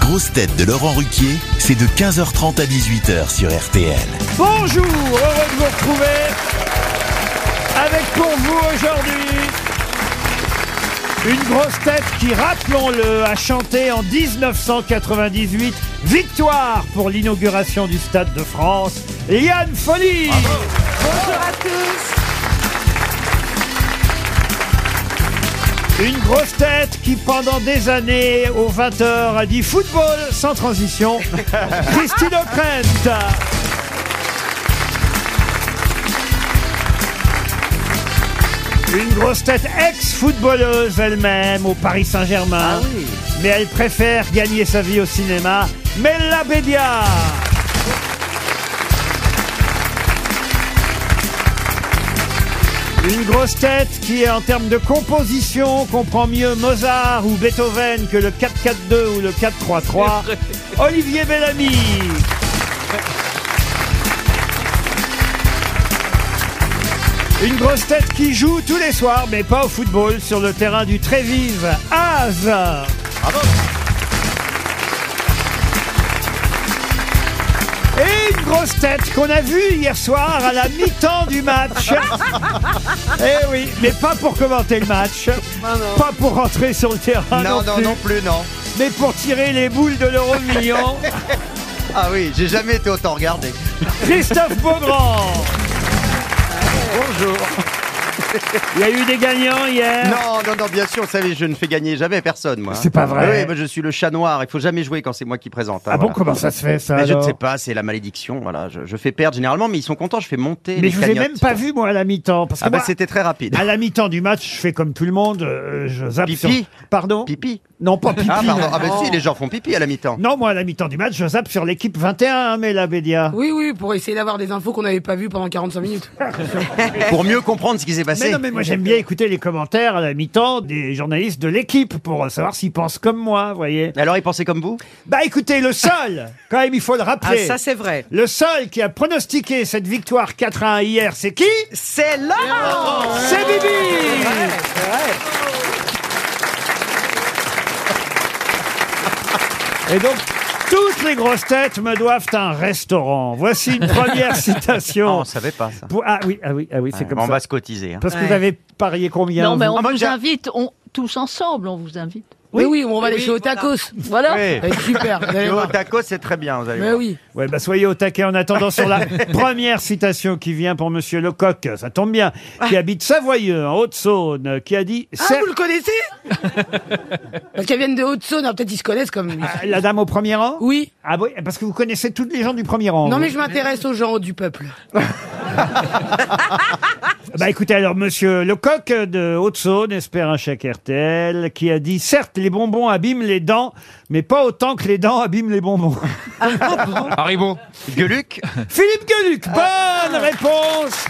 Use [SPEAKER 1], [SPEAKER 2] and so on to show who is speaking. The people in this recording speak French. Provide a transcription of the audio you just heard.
[SPEAKER 1] grosses têtes de Laurent Ruquier, c'est de 15h30 à 18h sur RTL.
[SPEAKER 2] Bonjour, heureux de vous retrouver avec pour vous aujourd'hui une grosse tête qui, rappelons-le, a chanté en 1998 victoire pour l'inauguration du Stade de France, Liane Folly.
[SPEAKER 3] Bonjour à tous.
[SPEAKER 2] Une grosse tête qui, pendant des années, aux 20h, a dit football sans transition, Christine O'Krent. Une grosse tête ex-footballeuse elle-même au Paris Saint-Germain. Mais elle préfère gagner sa vie au cinéma. Mella Bédia Une grosse tête qui, en termes de composition, comprend mieux Mozart ou Beethoven que le 4-4-2 ou le 4-3-3. Olivier Bellamy. Une grosse tête qui joue tous les soirs, mais pas au football, sur le terrain du Trévive, Az. Et une grosse tête qu'on a vue hier soir à la mi-temps du match. Eh oui, mais pas pour commenter le match, pas pour rentrer sur le terrain,
[SPEAKER 4] Ah Non, non,
[SPEAKER 2] Ah, plus,
[SPEAKER 4] non plus, non.
[SPEAKER 2] mais pour tirer les boules de l'euro million.
[SPEAKER 4] Ah oui, j'ai jamais été autant regardé.
[SPEAKER 2] Christophe Beaugrand.
[SPEAKER 4] Bonjour.
[SPEAKER 2] Il y a eu des gagnants hier.
[SPEAKER 4] Non, non, non, bien sûr, vous savez, je ne fais gagner jamais personne, moi.
[SPEAKER 2] C'est pas vrai.
[SPEAKER 4] Oui, moi, je suis le chat noir. Il faut jamais jouer quand c'est moi qui présente. hein,
[SPEAKER 2] Ah bon,
[SPEAKER 4] voilà.
[SPEAKER 2] comment ça se fait ça
[SPEAKER 4] Mais je
[SPEAKER 2] alors
[SPEAKER 4] ne sais pas, c'est la malédiction. Voilà, je, je fais perdre généralement, mais ils sont contents. Je fais monter.
[SPEAKER 2] Mais
[SPEAKER 4] les
[SPEAKER 2] je vous ai
[SPEAKER 4] cagnottes.
[SPEAKER 2] même pas vu moi à la mi-temps parce que
[SPEAKER 4] Ah bah
[SPEAKER 2] moi,
[SPEAKER 4] c'était très rapide.
[SPEAKER 2] à la mi-temps du match, je fais comme tout le monde, euh, je zappe
[SPEAKER 4] Pipi.
[SPEAKER 2] sur Pardon
[SPEAKER 4] Pipi.
[SPEAKER 2] Non, pas pipi.
[SPEAKER 4] Ah pardon. Ah bah
[SPEAKER 2] non.
[SPEAKER 4] si, les gens font pipi à la mi-temps.
[SPEAKER 2] Non, moi à la mi-temps du match, je zappe sur l'équipe 21 hein, mais la Bédia.
[SPEAKER 5] Oui, oui, pour essayer d'avoir des infos qu'on n'avait pas vues pendant 45 minutes.
[SPEAKER 4] Pour mieux comprendre ce qui s'est
[SPEAKER 2] Mais
[SPEAKER 4] passé.
[SPEAKER 2] non, mais moi j'aime bien écouter les commentaires à la mi-temps des journalistes de l'équipe pour savoir s'ils pensent comme moi, vous voyez.
[SPEAKER 4] Alors ils pensaient comme vous
[SPEAKER 2] Bah écoutez, le seul, quand même il faut le rappeler,
[SPEAKER 3] Ah, c'est vrai.
[SPEAKER 2] le seul qui a pronostiqué cette victoire 4-1 hier, c'est qui
[SPEAKER 3] C'est Laurent.
[SPEAKER 2] C'est Bibi Et donc, toutes les grosses têtes me doivent un restaurant. Voici une première
[SPEAKER 4] Ah,
[SPEAKER 2] citation.
[SPEAKER 4] On savait pas ça.
[SPEAKER 2] Pour- Ah oui, ah oui, ah oui, c'est
[SPEAKER 4] Ouais,
[SPEAKER 2] comme
[SPEAKER 4] on
[SPEAKER 2] ça.
[SPEAKER 4] va se cotiser. hein.
[SPEAKER 2] Parce que
[SPEAKER 3] Ouais.
[SPEAKER 2] vous avez parié combien
[SPEAKER 6] Non, mais
[SPEAKER 2] vous
[SPEAKER 6] on
[SPEAKER 4] Ah, moi,
[SPEAKER 6] vous
[SPEAKER 4] j'ai-
[SPEAKER 6] invite, on, tous ensemble, on vous invite.
[SPEAKER 5] Oui, oui, on va aller chez Otakos.
[SPEAKER 6] Voilà.
[SPEAKER 4] Oui.
[SPEAKER 5] Ça va être super, vous allez
[SPEAKER 4] Le
[SPEAKER 5] voir.
[SPEAKER 4] taco, c'est très bien. Vous allez
[SPEAKER 5] Mais
[SPEAKER 4] voir.
[SPEAKER 5] oui.
[SPEAKER 2] Ouais, bah soyez au taquet en attendant sur la première citation qui vient pour Monsieur Lecoq. Ça tombe bien. Qui habite Savoyeux, en Haute-Saône, qui a dit.
[SPEAKER 5] Ah,
[SPEAKER 2] Certes-
[SPEAKER 5] vous le connaissez Parce qu'elles viennent de Haute-Saône, alors peut-être ils se connaissent comme...
[SPEAKER 2] Ah, La dame au premier rang
[SPEAKER 5] Oui.
[SPEAKER 2] Ah oui, parce que vous connaissez toutes les gens du premier rang.
[SPEAKER 5] Non,
[SPEAKER 2] vous.
[SPEAKER 5] mais je m'intéresse aux gens du peuple.
[SPEAKER 2] Bah écoutez, alors Monsieur Lecoq de Haute-Saône espère un chèque RTL qui a dit certes les bonbons abîment les dents, mais pas autant que les dents abîment les bonbons.
[SPEAKER 7] Haribo.
[SPEAKER 4] Gueuluc
[SPEAKER 2] Philippe Gueluc, bonne réponse